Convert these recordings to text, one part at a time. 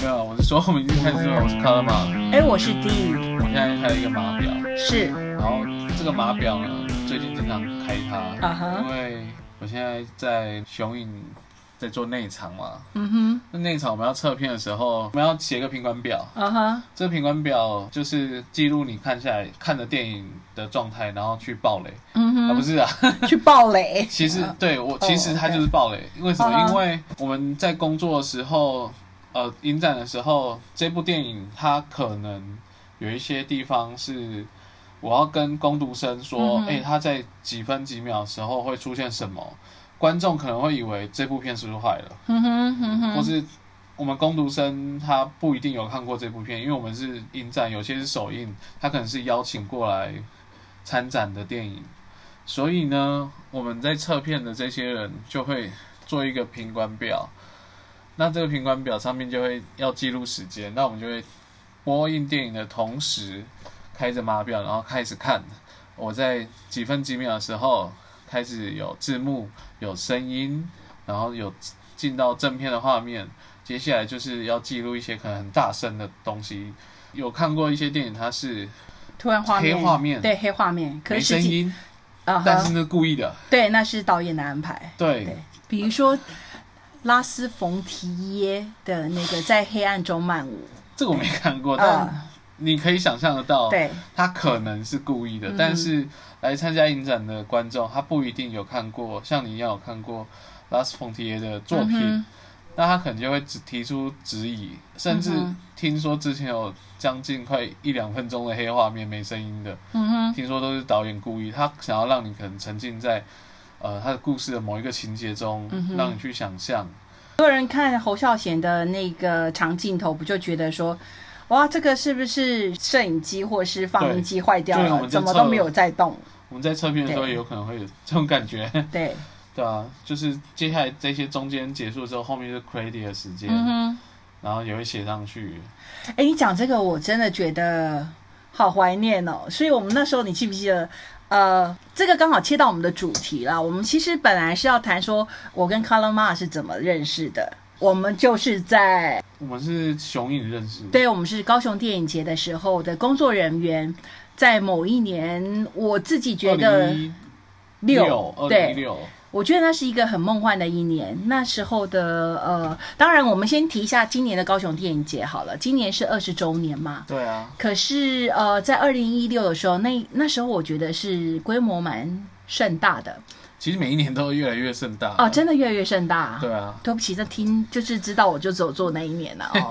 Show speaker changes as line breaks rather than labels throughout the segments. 没有，我是说我们已经开始做我是卡拉玛，
哎，我是 D，
我现在还有一个码表，
是
然后这个码表呢，最近经常开它
啊哈
因为我现在在雄影在做内场嘛，
嗯
那内场我们要测片的时候，我们要写一个评管表，
哼，啊哈，
这个评管表就是记录你看下来看的电影的状态，然后去爆雷、
嗯
啊，不
哼，
是啊，
去暴雷，
其 实对我，其实它
哦 OK
就是暴雷。为什
啊
么？因为我们在工作的时候，呃，影展的时候，这部电影它可能有一些地方是我要跟工读生说
嗯，哼
哎、它在几分几秒的时候会出现什么，观众可能会以为这部片是不是坏了，
嗯哼嗯
或
哼，
是。我们工读生他不一定有看过这部片，因为我们是影展，有些是首映，他可能是邀请过来参展的电影，所以呢，我们在测片的这些人就会做一个评观表，那这个评观表上面就会要记录时间，那我们就会播映电影的同时开着码表，然后开始看。我在几分几秒的时候开始有字幕、有声音，然后有进到正片的画面。接下来就是要记录一些可能很大声的东西。有看过一些电影，它是
突然画面，
黑画面
对黑画面，可
没
是
声
其
音，
啊
但是
哈，
那是故意的。
对，那是导演的安排，
对，
对，比如说拉斯冯提耶的那个在黑暗中漫舞，
这个我没看过，但
啊，
你可以想象得到，
对，
他可能是故意的，
嗯
但是来参加影展的观众，他不一定有看过，像你一样有看过拉斯冯提耶的作品，
嗯
那他可能就会只提出质疑，甚至
嗯
听说之前有将近快一两分钟的黑画面没声音的，
哼嗯哼，
听说都是导演故意，他想要让你可能沉浸在。呃，他的故事的某一个情节中，
嗯哼
让你去想象，
很多人看侯孝贤的那个长镜头，不就觉得说，哇，这个是不是摄影机或是放映机坏掉
对我
了，
们就
怎么
测
都没有在动？
我们在测片的时候
对
也有可能会有这种感觉，
对，
对啊，就是接下来这些中间结束之后，后面是 credit 的时间，
嗯
然后也会写上去。
哼，哎，你讲这个，我真的觉得好怀念哦。所以我们那时候，你记不记得？呃，这个刚好切到我们的主题啦。我们其实本来是要谈说，我跟 Color Ma 是怎么认识的。我们就是在
我们是雄影认识的，
对，我们是高雄电影节的时候的工作人员，在某一年，我自己觉得
六二零一
对，
六，
我觉得那是一个很梦幻的一年。那时候的呃，当然我们先提一下今年的高雄电影节好了，今年是二十周年嘛。
对啊，
可是呃，在二零一六的时候，那那时候我觉得是规模蛮盛大的
其实每一年都越来越盛大
哦、真的越来越盛大。
啊对啊，
对不起，这听就是知道我就只有做那一年 了哦。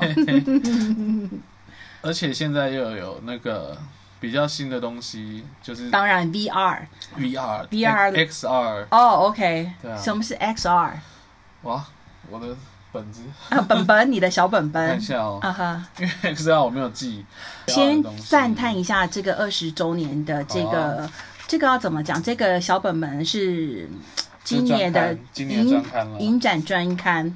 而且现在又有那个比较新的东西，就是
当然 VR
VR、
VR
XR，
哦，OK，、
对啊
什么是 XR？
哇，我的本子
啊，本本，你的小本
看
本
一下哦，
啊哈。
因为 XR 我没有记。VR
先
的东西
赞叹一下这个二十周年
啊
的这个、这个要怎么讲？这个小本本是嗯今年的
这是专刊今年的专刊了
影影展专刊，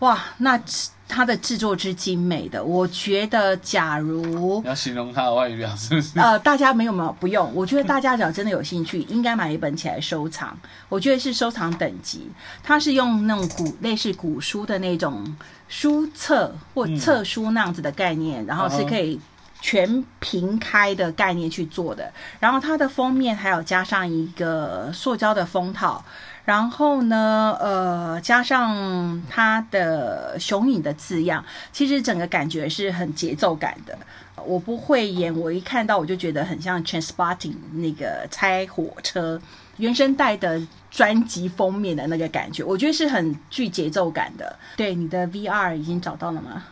哇，那它的制作之精美的，我觉得假如
你要形容它的外语表是不是？
呃，大家没有没有不用，我觉得大家只要真的有兴趣，应该买一本起来收藏。我觉得是收藏等级，它是用那种古类似古书的那种书册或
嗯
册书那样子的概念，然后是可以全屏开的概念去做的。然后它的封面还有加上一个塑胶的封套。然后呢，呃，加上它的雄影的字样，其实整个感觉是很节奏感的。我不会演，我一看到我就觉得很像 Transporting 那个拆火车原声带的专辑封面的那个感觉，我觉得是很具节奏感的。对，你的 VR 已经找到了吗？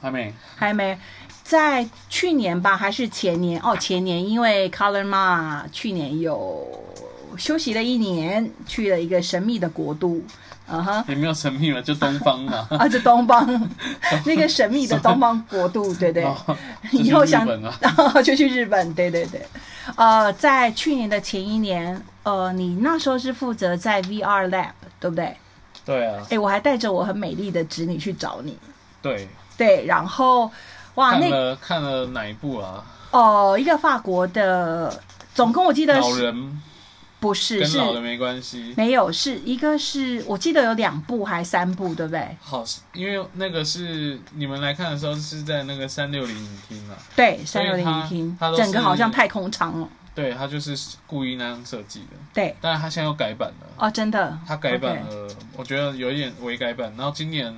还没，
还没，在去年吧，还是前年？哦，前年，因为 Color Ma 去年有休息了一年，去了一个神秘的国度，啊哈。
也没有神秘了，就东方嘛。
啊，这东方 那个神秘的东方国度， 对 对，以后想
哦这是日本啊，
然后就去日本，对对对。呃，在去年的前一年，呃，你那时候是负责在 VR Lab，对不对？
对啊，
哎，我还带着我很美丽的侄女去找你，
对，
对，然后哇，
看
那
了看了哪一部啊？
哦、一个法国的，总共我记得
老
是
人
不是
跟
是
老的没关系。
没有是一个是我记得有两部还三部，对不对？
好，因为那个是你们来看的时候是在那个三六零影厅啊，
对，
所
三
以
六零
它
影厅
它，都
整个好像
是
太空舱哦。
对，它就是故意那样设计的，
对，
但是它现在又改版了。
哦，真的，
它改版
OK
了我觉得有一点微改版，然后今年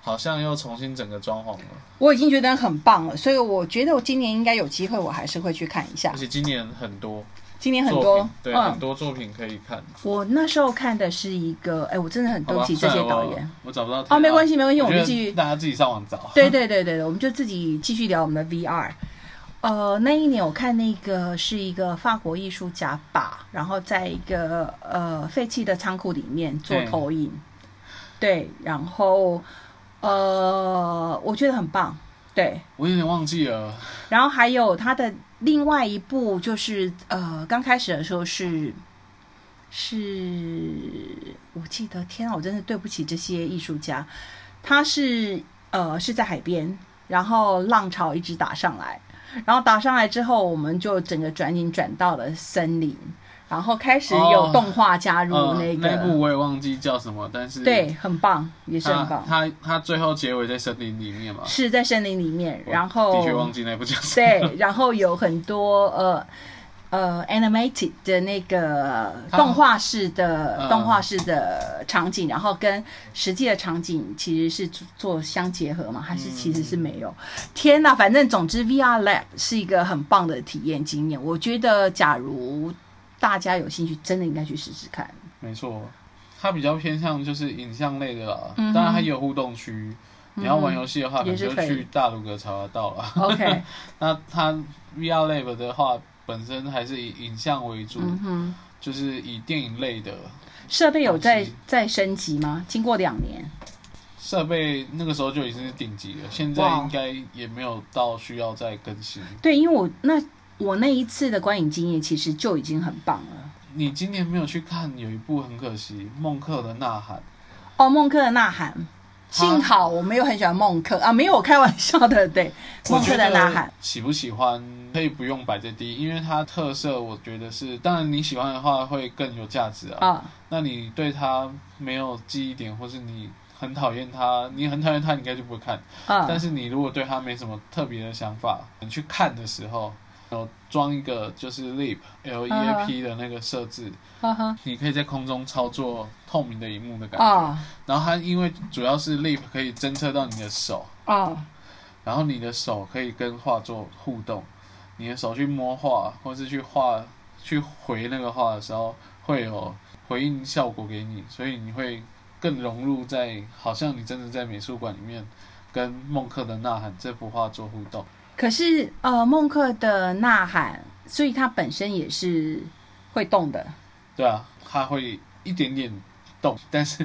好像又重新整个装潢了，
我已经觉得很棒了，所以我觉得我今年应该有机会，我还是会去看一下
而。且今年很多
今年很
作
多
品，，对，很
嗯，
多作品可以看。
我那时候看的是一个，哎，我真的很
好
对不
吧，
起这
算
些
了
导
我
演。
我找不到提到。
哦，没关系，没关系，我
我觉得
们继续。
大家自己上网找。
对对对对对，我们就自己继续聊我们的 VR。呃，那一年我看那个是一个法国艺术家吧，然后在一个呃废弃的仓库里面做
对
投影，对，然后呃，我觉得很棒，对，
我有点忘记了，
然后还有他的另外一部就是呃，刚开始的时候是是，我记得天啊，我真的对不起这些艺术家，他是呃是在海边，然后浪潮一直打上来，然后打上来之后，我们就整个转景转到了森林，然后开始有
哦
动画加入
呃，
那个，
那一部啊我也忘记叫什么，但是
对，很棒，也是
它，
很棒
他。他他最后结尾在森林里面嘛，
是在森林里面，
我
然后
的确忘记那部叫什么。
对，然后有很多呃呃 animated 的那个
它
动画式的、
嗯
动画式的场景，然后跟实际的场景其实是做做相结合嘛，还
嗯
是其实是没有？天呐，反正总之 VR Lab 是一个很棒的体验经验，我觉得假如大家有兴趣，真的应该去试试看。
没错，它比较偏向就是影像类的啦，
嗯哼
当然它也有互动区。你要玩游戏的话，可
也
能
是
就
可以
去大鲁阁才得到啦。
OK，
那它 VR Lab 的话，本身还是以影像为主，
嗯哼，
就是以电影类的
设备有在
好奇
在升级吗？经过两年，
设备，那个时候就已经是顶级了，现在
哇
应该也没有到需要再更新。
对，因为我那我那一次的观影经验其实就已经很棒了。
你今年没有去看，有一部很可惜，《孟克的呐喊》。
哦，孟克的呐喊。幸好我没有很喜欢孟克啊，没有我开玩笑的， 对，孟克的呐喊，，
喜不喜欢可以不用摆在第一，因为它特色我觉得是，当然你喜欢的话会更有价值啊。
啊，
那你对它没有记忆点，或是你很讨厌它，你很讨厌它，你应该就不会看。
啊
但，是你如果对它没什么特别的想法，你去看的时候，有装一个就是 leap L E A P 的那个设置，
哈哈，
你可以在空中操作透明的荧幕的感觉。
啊
然后它因为主要是 leap 可以侦测到你的手，
啊，
然后你的手可以跟画作互动，你的手去摸画，或是去画去回那个画的时候，会有回应效果给你，所以你会更融入在，好像你真的在美术馆里面跟孟克的《呐喊》这幅画做互动。
可是呃，孟克的呐喊，所以它本身也是会动的，
对啊，它会一点点动，但是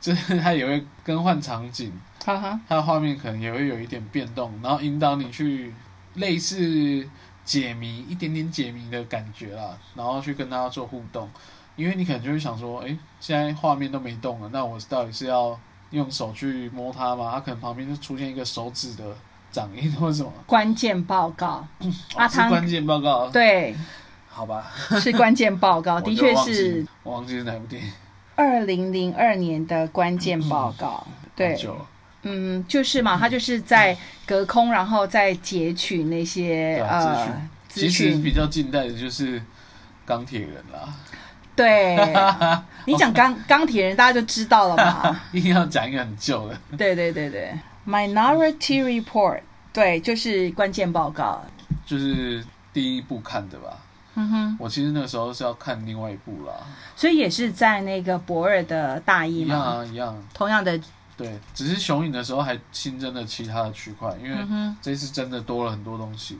就是它也会更换场景，
哈哈，
它的画面可能也会有一点变动，然后引导你去类似解谜一点点解谜的感觉啦，然后去跟大家做互动，因为你可能就会想说，诶，现在画面都没动了，那我到底是要用手去摸它吗？它可能旁边就出现一个手指的掌印或者 什么，
关键报告，
哦
啊
是
它
关键报告，
对，
好吧，
是关键报告，
哦 我
的
就
确
忘记
是
我忘记是哪部电影，
二零零二年的关键报告，对
好，久了
嗯，就是嘛，它就是在隔空，然后再截取那些
对啊资讯
呃
其
资
实
讯，
比较近代的就是钢铁人啦，
对，你讲钢钢铁人，大家就知道了 嘛。
硬要讲一个很旧的。
对对对对，Minority Report，对，就是关键报告。
就是第一部看的吧。
嗯哼，
我其实那个时候是要看另外一部啦，
所以也是在那个博尔的大一
一样
嘛，
啊一样。
同样的，
对，只是雄影的时候还新增了其他的区块，因为
嗯哼，
这次真的多了很多东西。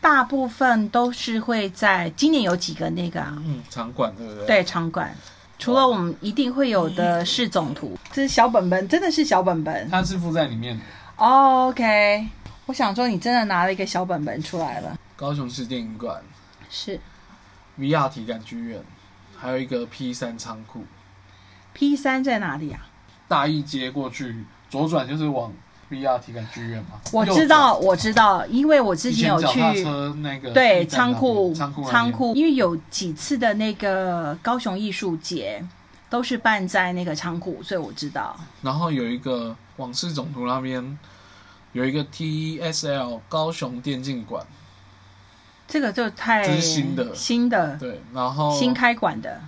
大部分都是会在今年有几个那个啊，
嗯，场馆对不对？。
对，场馆。除了我们一定会有的市总图，这是小本本，真的是小本本。
它是附在里面的。
哦 OK，我想说你真的拿了一个小本本出来了，
高雄市电影馆、
是
VR 体感剧院，还有一个 P 三仓库。
P 三在哪里啊？
大义街过去左转就是往 VR 体感剧院吗？
我
右
知
转
道，我知道，因为我之
以
前
前
有
脚踏
去。
车那个
对
驿站
仓
那边
库
仓库那
仓
边
库，因为有几次的那个高雄艺术节都是办在那个仓库，所以我知道。
然后有一个往事总图那边有一个 TSL 高雄电竞馆，
这个就太
这是新的哦
新的
对，然后
新开馆的。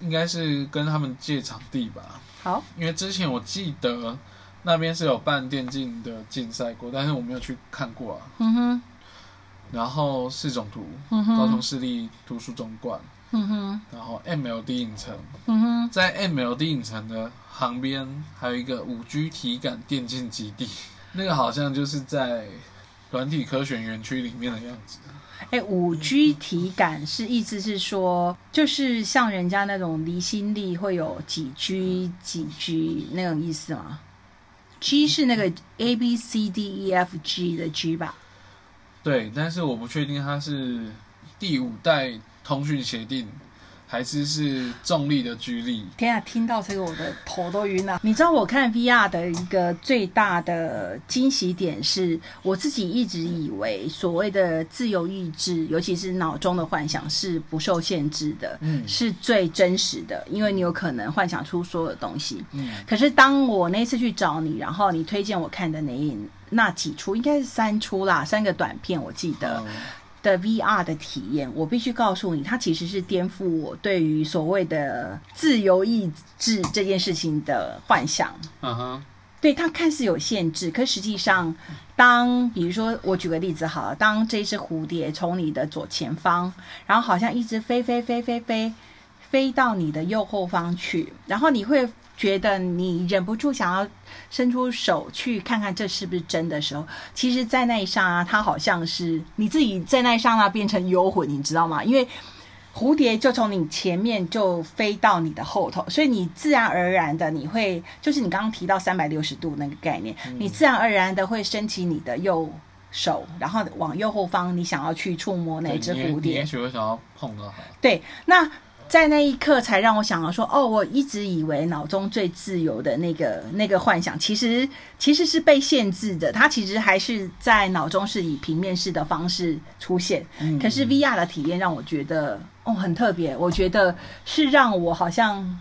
应该是跟他们借场地吧，
好，
因为之前我记得那边是有办电竞的竞赛过，但是我没有去看过啊。
嗯哼，
然后市总图、
嗯哼，
高雄市立图书总馆，
嗯哼，
然后 MLD 影城，
嗯哼，
在 MLD 影城的旁边还有一个五 G 体感电竞基地，那个好像就是在软体科学园区里面的样子。
哎，五 G 体感是意思是说，就是像人家那种离心力会有几 G 几 G 那种意思吗？G 是那个 A B C D E F G 的 G 吧？
对，但是我不确定它是第五代通讯协定，还是是重力的居力。
天啊，听到这个我的头都晕了。你知道我看 VR 的一个最大的惊喜点是，我自己一直以为所谓的自由意志，尤其是脑中的幻想是不受限制的，
嗯
是最真实的，因为你有可能幻想出所有的东西。
嗯，
可是当我那次去找你，然后你推荐我看的那一那几出，应该是三出啦，三个短片我记得。
嗯
的 VR 的体验，我必须告诉你，它其实是颠覆我对于所谓的自由意志这件事情的幻想。
嗯哼，
对它看似有限制，可实际上，当比如说我举个例子好了，当这只蝴蝶从你的左前方，然后好像一直飞飞飞飞飞飞到你的右后方去，然后你会觉得你忍不住想要伸出手去看看这是不是真的时候，其实，在那一刹那，它好像是你自己在那一刹那变成幽魂，你知道吗？因为蝴蝶就从你前面就飞到你的后头，所以你自然而然的你会，就是你刚刚提到三百六十度那个概念，你自然而然的会升起你的右手，然后往右后方，你想要去触摸那
对
只
你也
蝴
你
蝶
也。许会想要碰到它。
对，那在那一刻才让我想到说，哦，我一直以为脑中最自由的那个那个幻想，其实其实是被限制的，它其实还是在脑中是以平面式的方式出现。
嗯
可是 VR 的体验让我觉得，哦，很特别，我觉得是让我好像。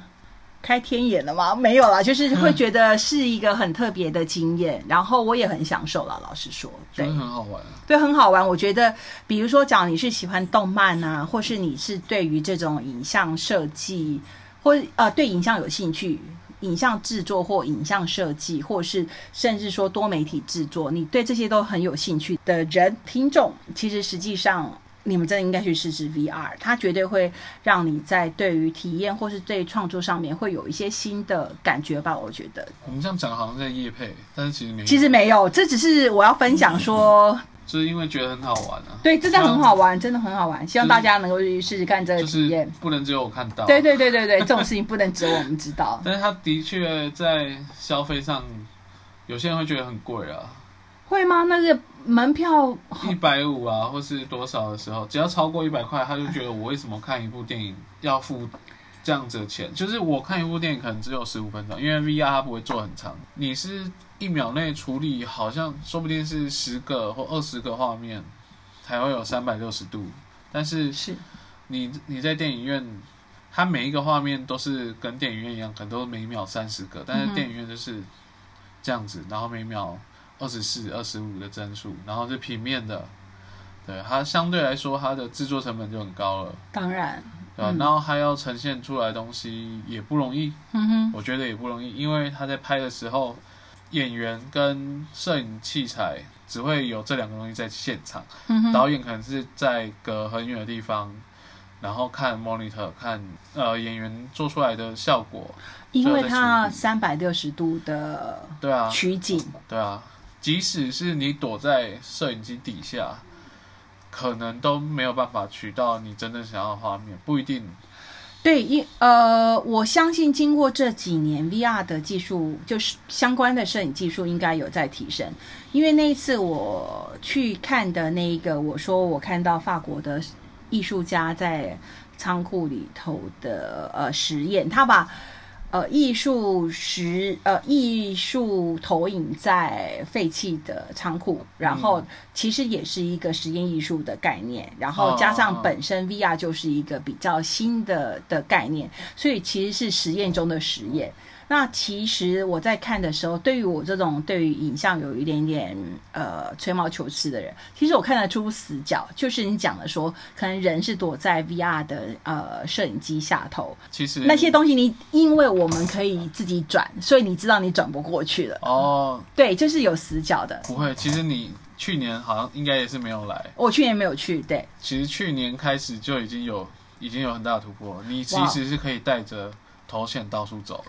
开天眼了吗？没有啦，就是会觉得是一个很特别的经验，然后我也很享受啦。老实说，
觉
对
得，很好玩啊。
对，很好玩。我觉得，比如说，讲你是喜欢动漫啊，或是你是对于这种影像设计，或呃对影像有兴趣，影像制作或影像设计，或是甚至说多媒体制作，你对这些都很有兴趣的人听众，其实实际上。你们真的应该去试试 VR，它绝对会让你在对于体验或是对创作上面会有一些新的感觉吧。我觉得
我们这样讲好像在夜配，但是其实没有，
其实没有，这只是我要分享说
就是因为觉得很好玩啊。
对，真的很好玩，真的很好玩，希望大家能够去试试看这个
就
体
是
验。
不能只有我看到。
对对对对对，这种事情不能只有我们知 道。
但是它的确在消费上，有些人会觉得很贵啊，
会吗？那个门票
一百五啊，或是多少的时候，只要超过一百块，他就觉得我为什么看一部电影要付这样子的钱？就是我看一部电影可能只有十五分钟，因为 VR 它不会做很长，你是一秒内处理，好像说不定是十个或二十个画面才会有三百六十度，但是
是
你你在电影院，它每一个画面都是跟电影院一样，可能都是每秒三十个，但
嗯
是
哼
电影院就是这样子，然后每秒二十四、二十五的帧数，然后是平面的，对它相对来说它的制作成本就很高了，
当然，
对吧、
嗯
然后它要呈现出来的东西也不容易，
嗯哼，
我觉得也不容易，因为他在拍的时候，演员跟摄影器材只会有这两个东西在现场。
嗯哼，
导演可能是在隔很远的地方，然后看 monitor 看呃演员做出来的效果，
因为它三百六十度的
对啊，
取景，
对啊，即使是你躲在摄影机底下，可能都没有办法取到你真正想要的画面，不一定。
对，因呃，我相信经过这几年 VR 的技术，就是相关的摄影技术应该有在提升。因为那一次我去看的那一个，我说我看到法国的艺术家在仓库里头的呃实验，他把呃艺术石呃艺术投影在废弃的仓库，然后
嗯
其实也是一个实验艺术的概念，然后加
哦哦
上
哦
本身 VR 就是一个比较新的的概念，所以其实是实验中的实验。那其实我在看的时候，对于我这种对于影像有一点点呃吹毛求疵的人，其实我看得出死角，就是你讲的说，可能人是躲在 VR 的呃摄影机下头，
其实
那些东西你因为我们可以自己转，所以你知道你转不过去了，
哦
对，就是有死角的。
不会，其实你去年好像应该也是没有来，
我去年没有去，对，
其实去年开始就已经有已经有很大的突破，你其
哇
实是可以带着头线到处走。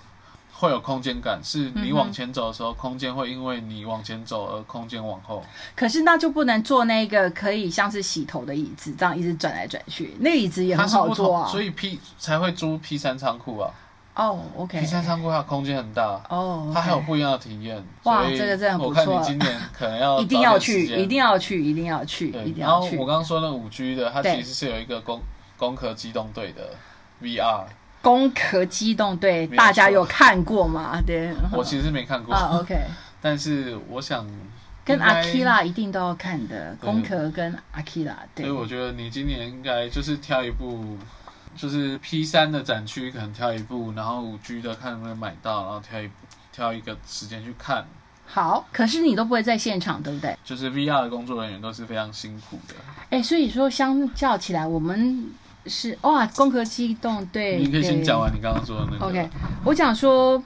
会有空间感，是
嗯
你往前走的时候，空间会因为你往前走而空间往后。
可是那就不能坐那个可以像是洗头的椅子，这样一直转来转去，那个椅子也
它
很
是
好
不
坐
同，
啊。
所以 P 才会租 P 三仓库啊。
哦，OK，
P 三仓库它空间很大，
哦，
它还有
OK
不一样的体验。
哇
所以
这个真的很
我
不
看
错
你今年可能要
一定
找
要
点
去，
时间
一定要去，一定要去，一
对，
定
然后
要去
我。刚刚说那五 G 的，它
对
其实是有一个攻攻壳机动队的 VR，
攻壳机动队
没有错
大家有看过吗？对，
我其实没看过，
啊，OK，
但是我想
跟
应该
Akira 一定都要看的，
对
攻壳跟 Akira，
所
对
以，我觉得你今年应该就是挑一部，就是 P 三的展区可能挑一部，然后五 G 的看能不能买到，然后挑一部挑一个时间去看。
好。可是你都不会在现场，对不对？
就是 VR 的工作人员都是非常辛苦的，
哎，所以说相较起来，我们是哇，攻壳机动队，
你可以先
对
讲完你刚刚说的那个。
OK，我讲说，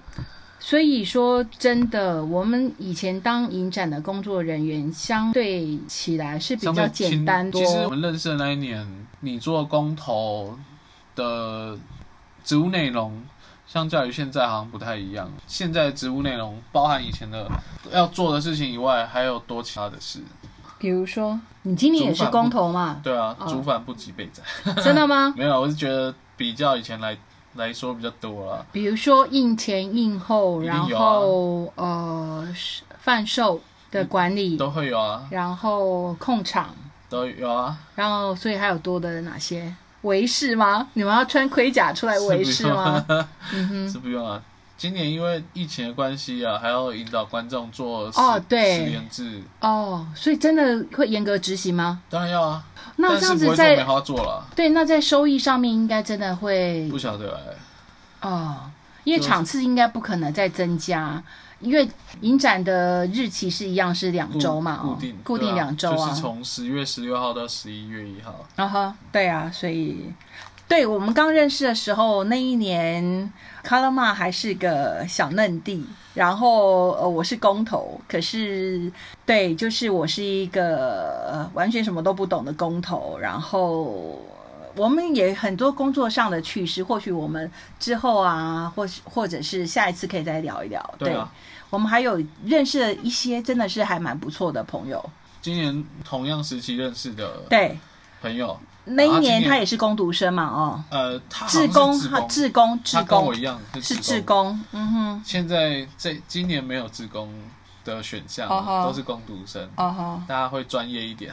所以说真的，我们以前当影展的工作人员，相对起来是比
相
较
对
简
轻
单多。
其实我们认识的那一年，你做公投的职务内容，相较于现在好像不太一样。现在的职务内容包含以前的要做的事情以外，还有多其他的事。
比如说，你今年也是公 投嘛？
对啊
哦，
主反不及备战。
真的吗？
没有，啊我是觉得比较以前来来说比较多了。
比如说印前印后，
一
然
定有啊
后、呃是贩售的管理，
都会有啊，
然后控场，
都有啊，
然后所以还有多的哪些？维士吗？你们要穿盔甲出来维
是
士
不用
吗？
啊？
嗯哼，
是不用啊。今年因为疫情的关系啊，还要引导观众做
哦
实
对
实验制，
哦，所以真的会严格执行吗？
当然要啊。
那
但
这
是
样
不
子
会做梅
在
花座了，
对，那在收益上面应该真的会
不晓得哎、
哦，因为
就是
场次应该不可能再增加，因为影展的日期是一样是两
固
周嘛，哦
固定
固定
对
两周
就
啊
是，从十月十六号到十一月一号。
啊哈，对啊，所以对我们刚认识的时候，那一年卡拉玛还是个小嫩弟，然后呃我是工头，可是对，就是我是一个呃完全什么都不懂的工头，然后。我们也很多工作上的趣事，或许我们之后啊，或是或者是下一次可以再聊一聊。
对啊，
我们还有认识了一些真的是还蛮不错的朋友。
今年同样时期认识的
对，
朋友，
那一
啊今
年
年
他也是工读生嘛，哦，
呃，他好像
志
是
工，
志
他
工，
志工，志
他跟我
工
一样
是
是
志
志。
工，嗯哼，
现在这今年没有志工的选项
哦吼
都是工读生，
哦哈，
大家会专业一 点。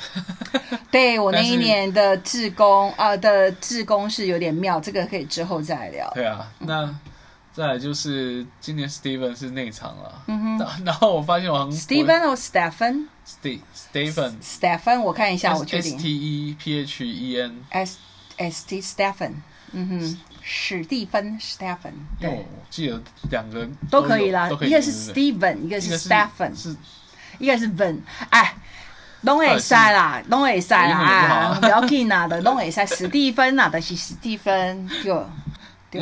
对我那
但是
一年的志工啊、的志工是有点妙，这个可以之后再聊。
对啊，那再来就是今年 Steven 是内场了，
嗯哼
然然后我发现我很
，Steven 或 Stephen，Stephen，
Ste Steven
我看一下，我确
S
定
T E P H E N，
S S T Stephen，嗯哼，史蒂芬 Stephen，
因为
对，
我记得两个
都
有
可以啦
都，可以
一个是
对
Steven，一
不对
个
一
是
个
Stephen，
是
一个是 Ven，哎，拢会使
呃
啦，拢会使啦，
哎
哎，不要紧啦，的拢会使。史蒂芬啦，的是史蒂芬，对，对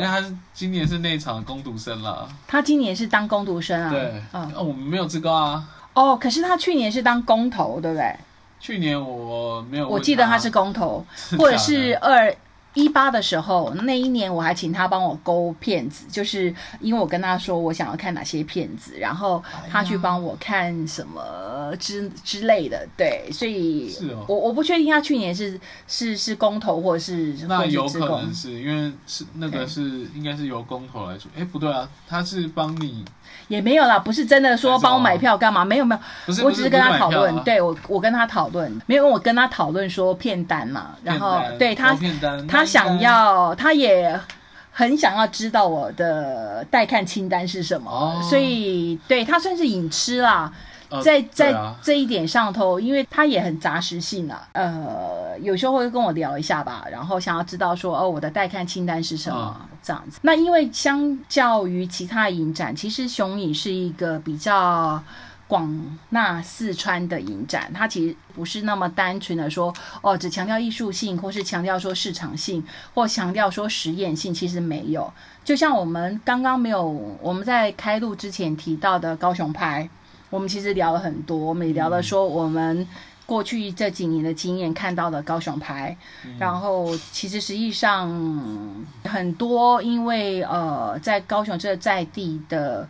因为他是今年是内场的攻读生啦，
他今年是当工读生啊，
对，
嗯，
哦，我们没有志高啊。
哦，可是他去年是当工头，对不对？
去年我没有问，
我记得他是工头，或者是二一八的时候，那一年我还请他帮我勾片子，就是因为我跟他说我想要看哪些片子，然后
哎
他去帮我看什么之之类的，对，所以
是哦
我我不确定他去年是是是工头或者是
那
或
有
者是
可
职工
能。是因为是那个是应该是由工头来说，哎，不对啊，他是帮你，
也没有啦，不是真的说帮我
哦
买票干嘛？没有没有，
不是，
我
不
只是跟他讨
不
论，
买票啊
对我我跟他讨论，没有因为我跟他讨论说片单嘛，然后
片单
对他
投片单，那
他
应该
想要，他也很想要知道我的待看清单是什么，
哦
所以对它算是影痴啦。
呃
在
对
在
啊
这一点上头，因为他也很杂食性啊，呃，有时候会跟我聊一下吧，然后想要知道说，哦，我的待看清单是什么、
啊
这样子。那因为相较于其他影展，其实雄影是一个比较。广纳四川的影展，它其实不是那么单纯的说哦，只强调艺术性，或是强调说市场性，或强调说实验性，其实没有。就像我们刚刚没有我们在开录之前提到的高雄拍，我们其实聊了很多，我们也聊了说我们过去这几年的经验看到的高雄拍，然后其实实际上嗯很多因为呃在高雄这在地的。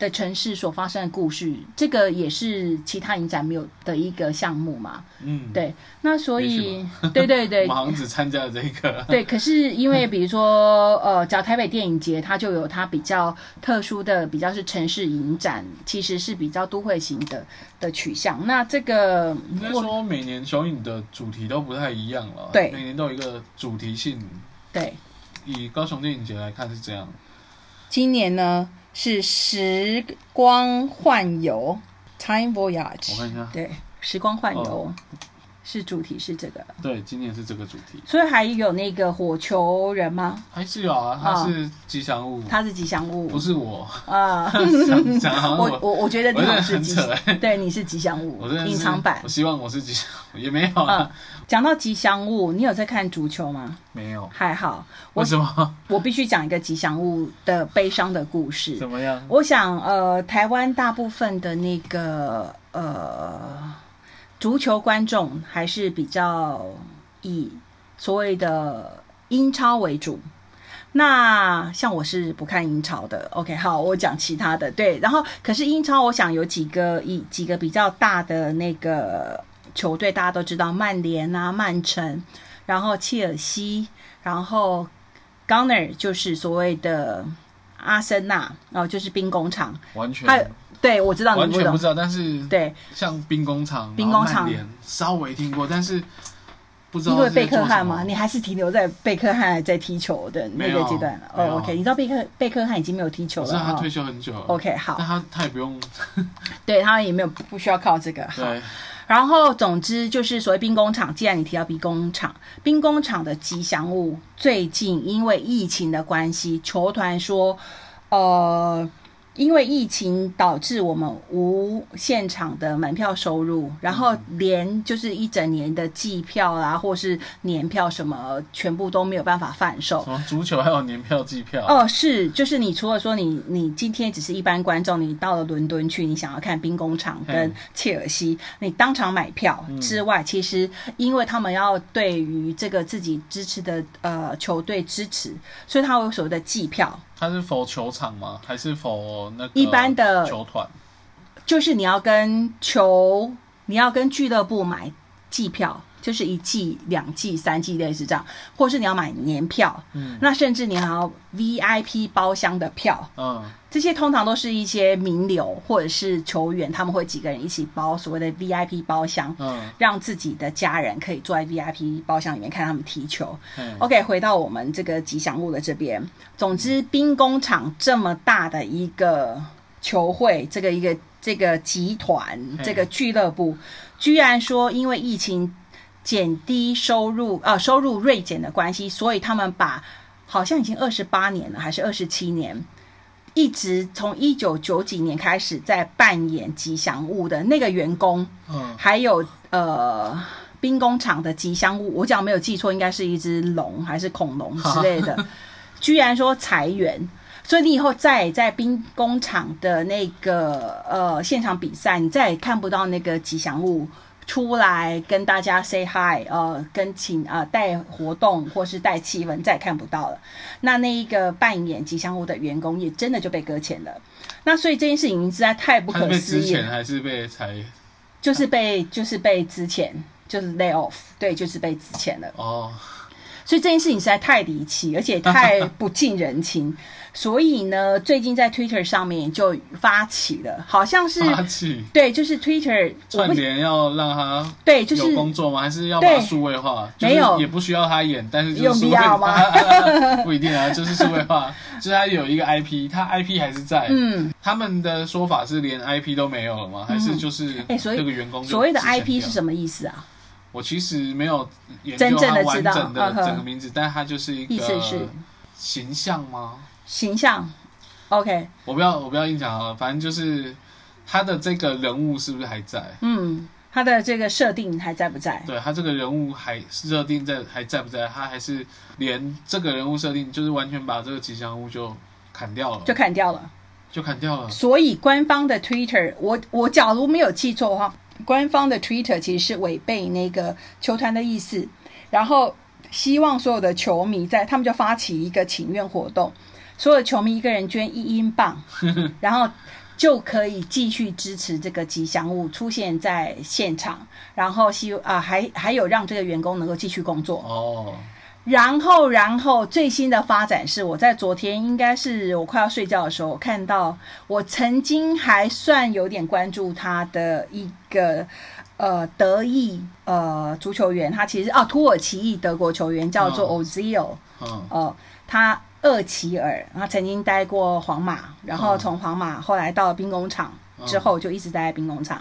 的城市所发生的故事，这个也是其他影展没有的一个项目嘛。
嗯，
对，那所
也
以，对对
我
对
们，好像只参加了这个，
对，可是因为比如说，呃，讲台北电影节，它就有它比较特殊的，比较是城市影展，其实是比较都会型的的取向。那这个
应该
我
说每年雄影的主题都不太一样了，
对
每年都有一个主题性。
对，
以高雄电影节来看是这样，
今年呢是时光幻游 （Time
我
Voyage），
看一下，
对，时光幻游、
哦
是主题是这个，
对，今年是这个主题，
所以还有那个火球人吗？
还是有啊，它是吉祥物，
他是吉祥物
不是 我，
啊。
想想好像
我
我，
我我觉得你
我真
好
的
像是
很
吉
扯
祥，
欸
对，你是吉祥物
我真的，是
隐藏版
我。希望我是吉祥物，也没有啊，
讲到吉祥物，你有在看足球吗？
没有，
还好，我
为什么？
我必须讲一个吉祥物的悲伤的故事。
怎么样？
我想，呃，台湾大部分的那个呃足球观众还是比较以所谓的英超为主。那像我是不看英超的，OK，好，我讲其他的。对，然后可是英超，我想有几个以几个比较大的那个球队，大家都知道，曼联啊、曼城，然后切尔西，然后 g u n n e r 就是所谓的阿森纳，哦、就是兵工厂。
完全
还有对，我知道
完
你不
全不
懂。
知道，但是
对，
像兵工厂、
兵工厂
然后曼联稍微听过，但是不知道
因为
是在
贝
做
克汉
什
嘛，
么
你还是停留在贝克汉还在踢球的那个阶段了。
没有
哦，OK，
没有
你知道贝克贝克汉已经没有踢球
我
了
知道他
啊、
退休很久了
OK，好
但，他他也不用
对他也没有不需要靠这个。好，
对，
然后总之就是所谓兵工厂，既然你提到兵工厂，兵工厂的吉祥物最近因为疫情的关系，球团说，呃。因为疫情导致我们无现场的门票收入，然后连就是一整年的季票啊，或是年票什么，全部都没有办法贩售
什。么足球还有年票、季票，
哦，是，就是你除了说你你今天只是一般观众，你到了伦敦去，你想要看兵工厂跟
嗯
切尔西，你当场买票之外，其实因为他们要对于这个自己支持的呃球队支持，所以他会有所谓的季票，
他是否球场吗？还是否那个
一般的
球团？
就是你要跟球，你要跟俱乐部买季票。就是一季、两季、三季类似这样，或是你要买年票，
嗯
那甚至你还要 VIP 包厢的票，
嗯，
这些通常都是一些名流或者是球员，他们会几个人一起包所谓的 VIP 包厢，
嗯，
让自己的家人可以坐在 VIP 包厢里面看他们踢球。
嘿
OK，回到我们这个吉祥物的这边，总之兵工厂这么大的一个球会，这个一个这个集团
嘿
这个俱乐部，居然说因为疫情减低收入呃收入锐减的关系，所以他们把好像已经二十八年了还是二十七年。一直从一九九几年开始在扮演吉祥物的那个员工，
嗯，
还有呃兵工厂的吉祥物，我讲没有记错，应该是一只龙还是恐龙之类的， 居然说裁员。所以你以后再也在兵工厂的那个呃现场比赛，你再也看不到那个吉祥物出来跟大家 say hi，呃，跟请呃带活动或是带气氛，再也看不到了。那那一个扮演吉祥物的员工也真的就被搁浅了。那所以这件事情实在太不
他是
可
被
思
之
议了
前。还是被裁？
就是被就是被之前就是 lay off，对，就是被之前了。
哦，
所以这件事情实在太离奇，而且 太不近人情。所以呢，最近在 Twitter 上面就发起了，好像是
发起
对，就是 Twitter 我
啊串
不
联要让他
对，就是
有工作吗？还是要
对
把数位化？就是
没有
也不需要他演，但是就
有
是数位
必
化，
要吗
不一定啊，就是数位化，就是他有一个 IP，他 IP 还是在。
嗯，
他们的说法是连 IP 都没有了吗？还是就是
哎所以
这个员工就
所谓的
之前
IP 是
掉
什么意思啊？
我其实没有研
真
究
正
它
的知
完
道
整
嗯
的
哼
整个名字，但它就是一
意思是
个形象吗？
形象，OK，
我不要，我不要硬讲好了，反正就是他的这个人物是不是还在？
嗯，它的这个设定还在不在？
对他这个人物还设定在还在不在？他还是连这个人物设定就是完全把这个吉祥物就砍掉了，
就
就
砍掉了。
砍掉了。
所以官方的 Twitter，我我假如没有记错的话，官方的 Twitter 其实是违背那个球团的意思，然后希望所有的球迷在他们就发起一个请愿活动，所有的球迷一个人捐一英镑，然后。就可以继续支持这个吉祥物出现在现场，然后希啊、还还有让这个员工能够继续工作。
哦，
然后，然后最新的发展是，我在昨天应该是我快要睡觉的时候，我看到我曾经还算有点关注他的一个呃德裔呃足球员，他其实哦土耳其裔德国球员叫做 Ozil，、
嗯，
呃，他厄齐尔，他曾经待过皇马，然后从皇马后来到兵工厂
嗯
之后，就一直待在兵工厂。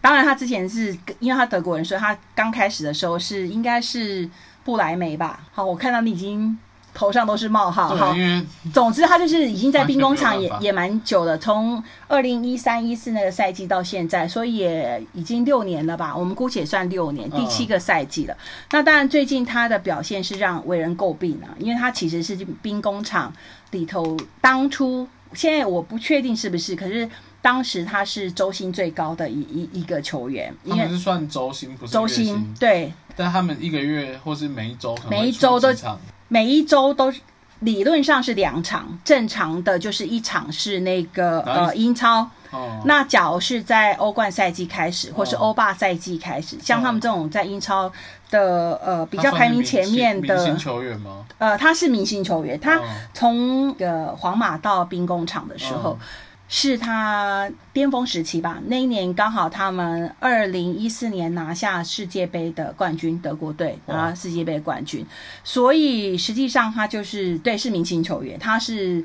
当然，他之前是因为他德国人，所以他刚开始的时候是应该是布莱梅吧。好，我看到你已经头上都是冒号。好
对，，因为
总之他就是已经在兵工厂
完全没
也
有办法
也蛮久了，从二零一三一四那个赛季到现在，所以也已经六年了吧，我们姑且算六年，
嗯
第七个赛季了。那当然，最近他的表现是让为人诟病啊，因为他其实是兵工厂里头当初，现在我不确定是不是，可是当时他是周薪最高的一一一个球员，因
他们
为
是算嗯周薪，不是
周
月
薪，对
但他们一个月或是每一周可能会
每一周
出
都
几场，
每一周都是理论上是两场，正常的就是一场是那个
哪一
呃英超，
哦，
那假如是在欧冠赛季开始，或是
哦
欧霸赛季开始，像他们这种在英超的呃比
他
较
算是
排名前面
明星
的
明星，球员吗？
呃，他是明星球员，他
哦
从呃皇马到兵工厂的时候。
嗯
是他巅峰时期吧，那一年刚好他们二零一四年拿下世界杯的冠军，德国队
哇
拿世界杯冠军，所以实际上他就是对是明星球员，他是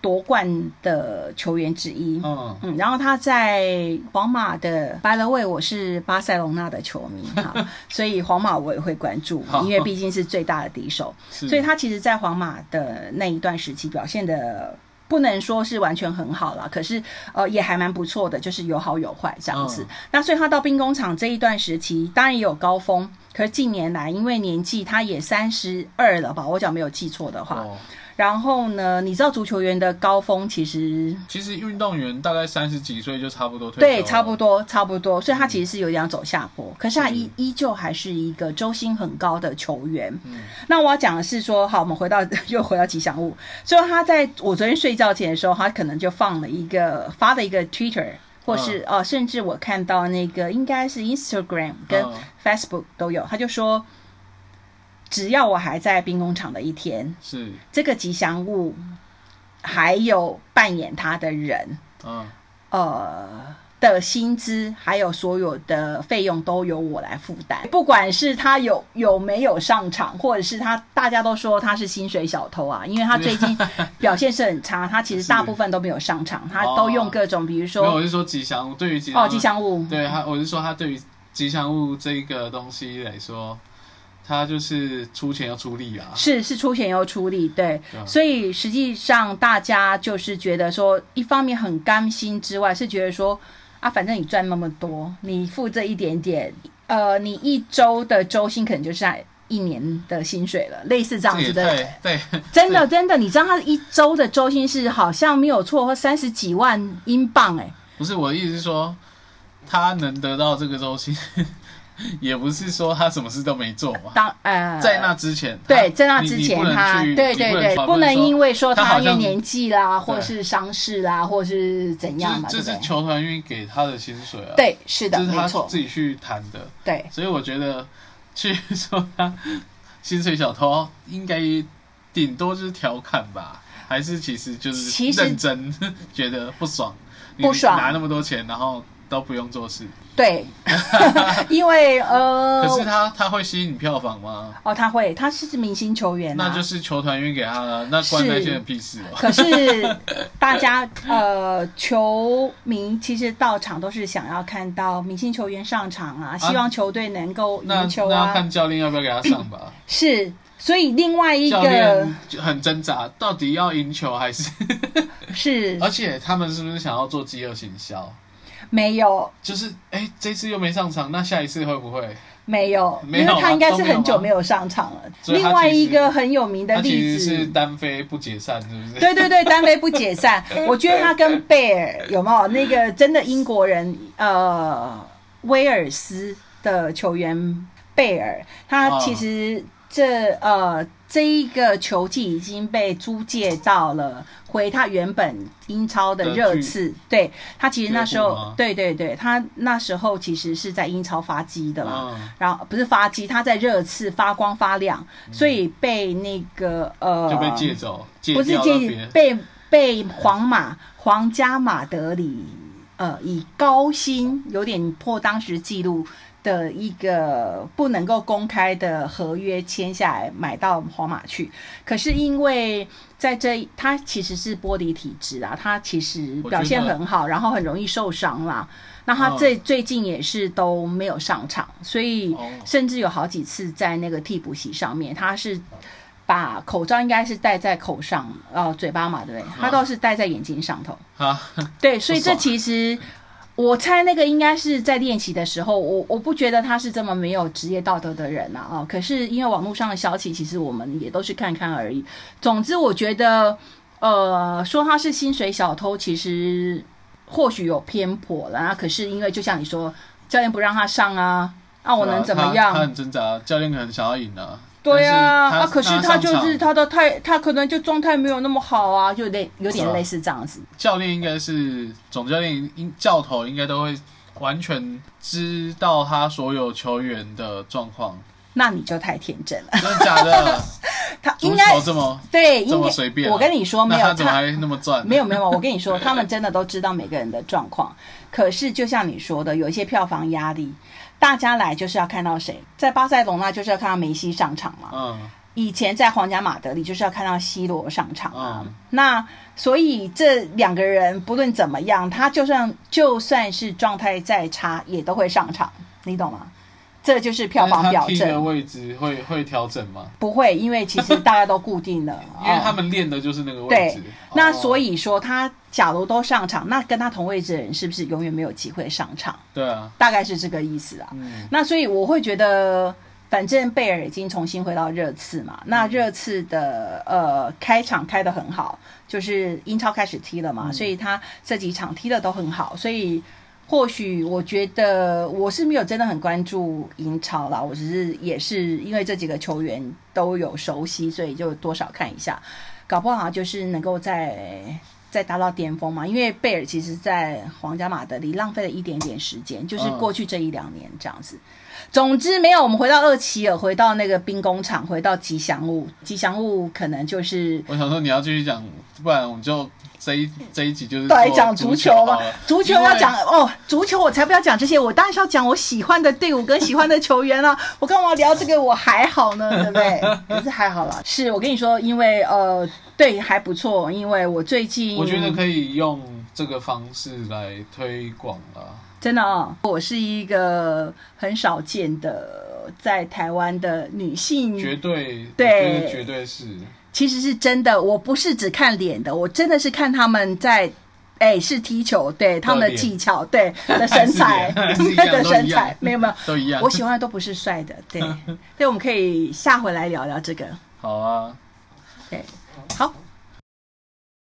夺冠的球员之一。
嗯，
嗯，然后他在皇马的 By the way，我是巴塞隆那的球迷 哈，所以皇马我也会关注，
好嗯
因为毕竟是最大的敌手。
是，
所以他其实，在皇马的那一段时期表现的。不能说是完全很好啦，可是呃也还蛮不错的，就是有好有坏这样子。
嗯
那所以他到兵工厂这一段时期，当然也有高峰，可是近年来因为年纪他也三十二了吧，我讲没有记错的话。
哦，
然后呢，你知道足球员的高峰其实
其实运动员大概三十几岁就差不多退休了，
对，差不多，差不多。所以他其实是有点要走下坡，可是他依依旧还是一个周薪很高的球员。
嗯
那我要讲的是说，好，我们回到又回到吉祥物。所以他在我昨天睡觉前的时候，他可能就放了一个发了一个 Twitter，或是呃，甚至我看到那个应该是 Instagram 跟
嗯
Facebook 都有，他就说，只要我还在兵工厂的一天，
是，
这个吉祥物还有扮演他的人。
嗯，
呃的薪资，还有所有的费用都由我来负担，不管是他有有没有上场，或者是他大家都说他是薪水小偷啊，因为他最 近表现是很差，他其实大部分都没有上场，他都用各种比如
没有，我
说
是说吉祥物，对于吉
哦吉祥物，
对他，我是说他对于吉祥物这个东西来说，他就是出钱要出力啊。
是是出钱又出力，对，
对啊
所以实际上大家就是觉得说，一方面很甘心之外，是觉得说啊，反正你赚那么多，你付这一点点，呃，你一周的周薪可能就是在一年的薪水了，类似这样
这也
子的。
太对，
真的真的，你知道他一周的周薪是好像没有错，或三十几万英镑哎、
不是我的意思是说，他能得到这个周薪，也不是说他什么事都没做嘛。
当呃
在那之前，他
对，在那
你
之
你
前
不能
他，
去
对
你
对
不
对，
能
不能因
为
为说
他好
他因为
像
年纪啦，或
对
是伤势啦，或是怎样嘛，
这是
对不
这
对
是？球团愿意给他的薪水啊，，
对，是的，
这是
没
他
错
自，己去谈的，
对，
所以我觉得去说他啊薪水小偷应该顶多就是调侃吧，还是其实就是
其实
认真 觉得不爽，你
不爽
拿那么多钱，然后都不用做事。
对，因为呃
可，是他他会吸引票房吗？
哦，他会，他是明星球员、啊，
那就是球团运给他了，那关
是
那些人屁事哦。
可是大家呃，球迷其实到场都是想要看到明星球员上场啊，希望球队能 够
那
赢球
那要
啊。
看教练要不要给他上吧。
是，所以另外一
教
个
练就很挣扎，到底要赢球还是？
是
而且他们是不是想要做饥饿行销？
没有
就是哎、诶这次又没上场，那下一次会不会？
没有，
没
因为
有
他
吗
应该
都
是
没有
很久
吗
没有上场了。
所以他
另外
其
一
实
个很有名的
他其
例
实是
子。
单飞不解散，是不是？
对对对，单飞不解 散。我觉得他跟贝尔有没有那个真的英国人，呃，威尔斯的球员贝尔，他其实这、
啊
呃这一个球季已经被租借到了回他原本英超的热刺。对他其实那时
俱乐部
候
吗，
对对对，他那时候其实是在英超发迹的啦。
嗯，
然后不是发迹，他在热刺发光发亮，所以被那个呃
就被借走，借
不是
掉那
借
边。
被被皇马皇家马德里呃以高薪有点破当时记录的一个不能够公开的合约签下来买到皇马去，可是因为在这一他其实是玻璃体质啊，他其实表现很好，然后很容易受伤啦。那他
嗯
最、最近也是都没有上场，所以
哦
甚至有好几次在那个替补席上面，他是把口罩应该是戴在口上，呃，嘴巴嘛，对不对？他倒是戴在眼睛上头。
啊，
对，所以
不
这
爽
其实我猜那个应该是在练习的时候，我我不觉得他是这么没有职业道德的人啊啊、哦可是因为网络上的消息，其实我们也都是看看而已。总之，我觉得呃，说他是薪水小偷，其实或许有偏颇啦。可是因为就像你说，教练不让他上啊，那、我能怎
对
么
啊
样？
他他很挣扎，教练可能想要赢啊。
对啊，
但
啊，可是他
上
就是
场
他的态，他可能就状态没有那么好啊，就类有点
是啊
类似这样子。
教练应该是总教练应教头应该都会完全知道他所有球员的状况，
那你就太天真了，
真的假的？
他应
足
该
球这么
对，
这
应
么
该
随便啊、
我跟你说，没
那
有
他怎么
他
还那么赚？
没有没有，没有我跟你说，他们真的都知道每个人的状况。可是就像你说的，有一些票房压力，大家来就是要看到谁，在巴塞隆纳就是要看到梅西上场嘛。
嗯，
以前在皇家马德里就是要看到 C 罗上场啊。
嗯
那所以这两个人不论怎么样，他就算就算是状态再差，也都会上场，你懂吗？这就是票房
那他
表
踢的
证。
位置会会调整吗？
不会，因为其实大家都固定了
，因为
哦
他们练的就是那个位置哦
对。那所
以、
以说，他假如都上场，那跟他同位置的人是不是永远没有机会上场？
对啊，
大概是这个意思啊。
嗯，
那所以我会觉得，反正贝尔已经重新回到热刺嘛。那热刺的呃开场开得很好，就是英超开始踢了嘛，所以他这几场踢的都很好，所以。或许我觉得我是没有真的很关注英超啦，我只是也是因为这几个球员都有熟悉，所以就多少看一下，搞不好啊就是能够在再达到巅峰嘛。因为贝尔其实，在皇家马德里浪费了一点点时间，就是
嗯
过去这一两年这样子。总之没有，我们回到二期尔，回到那个兵工厂，回到吉祥物。吉祥物可能就是
我想说你要继续讲，不然我们就这一这一集就是
对
做
讲
足
足球嘛
好了，
哦足球要讲哦，足球我才不要讲这些，我当然是要讲我喜欢的队伍跟喜欢的球员啊。 我干嘛聊这个？我还好呢，对不 对？可是还好啦。是我跟你说，因为呃，对，还不错，因为我最近
我觉得可以用这个方式来推广啊。
真的哦，我是一个很少见的在台湾的女性
绝对，
对
我觉得绝对是。
其实是真的，我不是只看脸的，我真的是看他们在。哎，是踢球，对他们的
脸
技巧，对 的身材，
还是脸还是一
对
样都一
的身
样
材，没有没有，
都一样
我喜欢的都不是帅的， 对对，我们可以下回来聊聊这个，
好啊，
对，好，